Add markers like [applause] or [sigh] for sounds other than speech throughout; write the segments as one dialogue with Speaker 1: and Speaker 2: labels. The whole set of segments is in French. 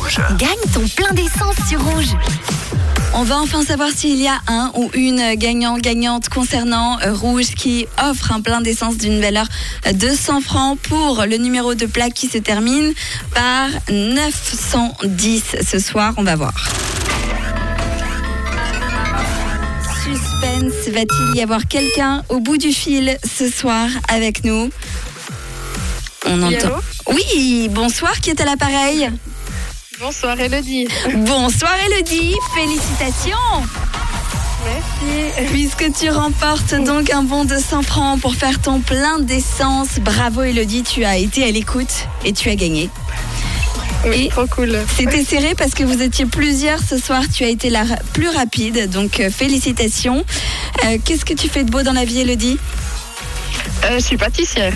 Speaker 1: Rouge.
Speaker 2: Gagne ton plein d'essence sur Rouge. On va enfin savoir s'il y a un ou une gagnant-gagnante concernant euh, Rouge qui offre un plein d'essence d'une valeur euh, de 100 francs pour le numéro de plaque qui se termine par 910 ce soir. On va voir. Suspense, va-t-il y avoir quelqu'un au bout du fil ce soir avec nous On
Speaker 3: Oui,
Speaker 2: entend.
Speaker 3: allô
Speaker 2: Oui, bonsoir, qui est à l'appareil
Speaker 3: Bonsoir Elodie.
Speaker 2: Bonsoir Elodie, félicitations
Speaker 3: Merci.
Speaker 2: Puisque tu remportes donc un bon de 100 francs pour faire ton plein d'essence, bravo Elodie, tu as été à l'écoute et tu as gagné.
Speaker 3: Oui, Euh,
Speaker 2: Et-
Speaker 3: trop cool.
Speaker 2: C'était serré parce que vous étiez plusieurs ce soir, tu as été la ra- plus rapide, donc euh, félicitations. Euh, Qu'est-ce que tu fais de beau dans la vie Elodie
Speaker 3: Euh, je suis pâtissière.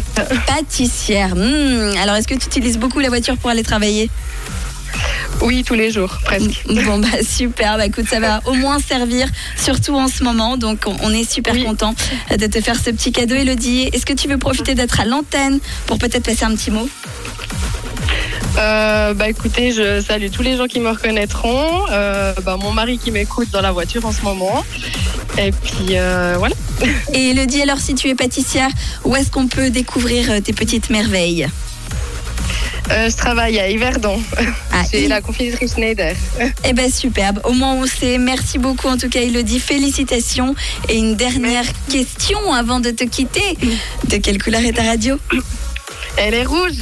Speaker 2: Pâtissière. Hmm, Alors est-ce que tu utilises beaucoup la voiture pour aller travailler
Speaker 3: Oui, tous les jours, presque.
Speaker 2: [laughs] Bon bah super, bah écoute ça va au moins servir, surtout en ce moment, donc on- on est super
Speaker 3: Oui.
Speaker 2: content de te faire ce petit cadeau Elodie. Est-ce que tu veux profiter d'être à l'antenne pour peut-être passer un petit mot
Speaker 3: Euh, bah écoutez, je salue tous les gens qui me reconnaîtront. Euh, bah, mon mari qui m'écoute dans la voiture en ce moment. Et puis euh, voilà.
Speaker 2: Et Elodie alors si tu es pâtissière, où est-ce qu'on peut découvrir euh, tes petites merveilles
Speaker 3: Euh, je travaille à Yverdon.
Speaker 2: Ah,
Speaker 3: J'ai la confiserie Schneider.
Speaker 2: Eh ben superbe, au moins on sait. Merci beaucoup en tout cas Elodie, félicitations. Et une dernière question avant de te quitter. De quelle couleur est ta radio
Speaker 3: Elle est rouge.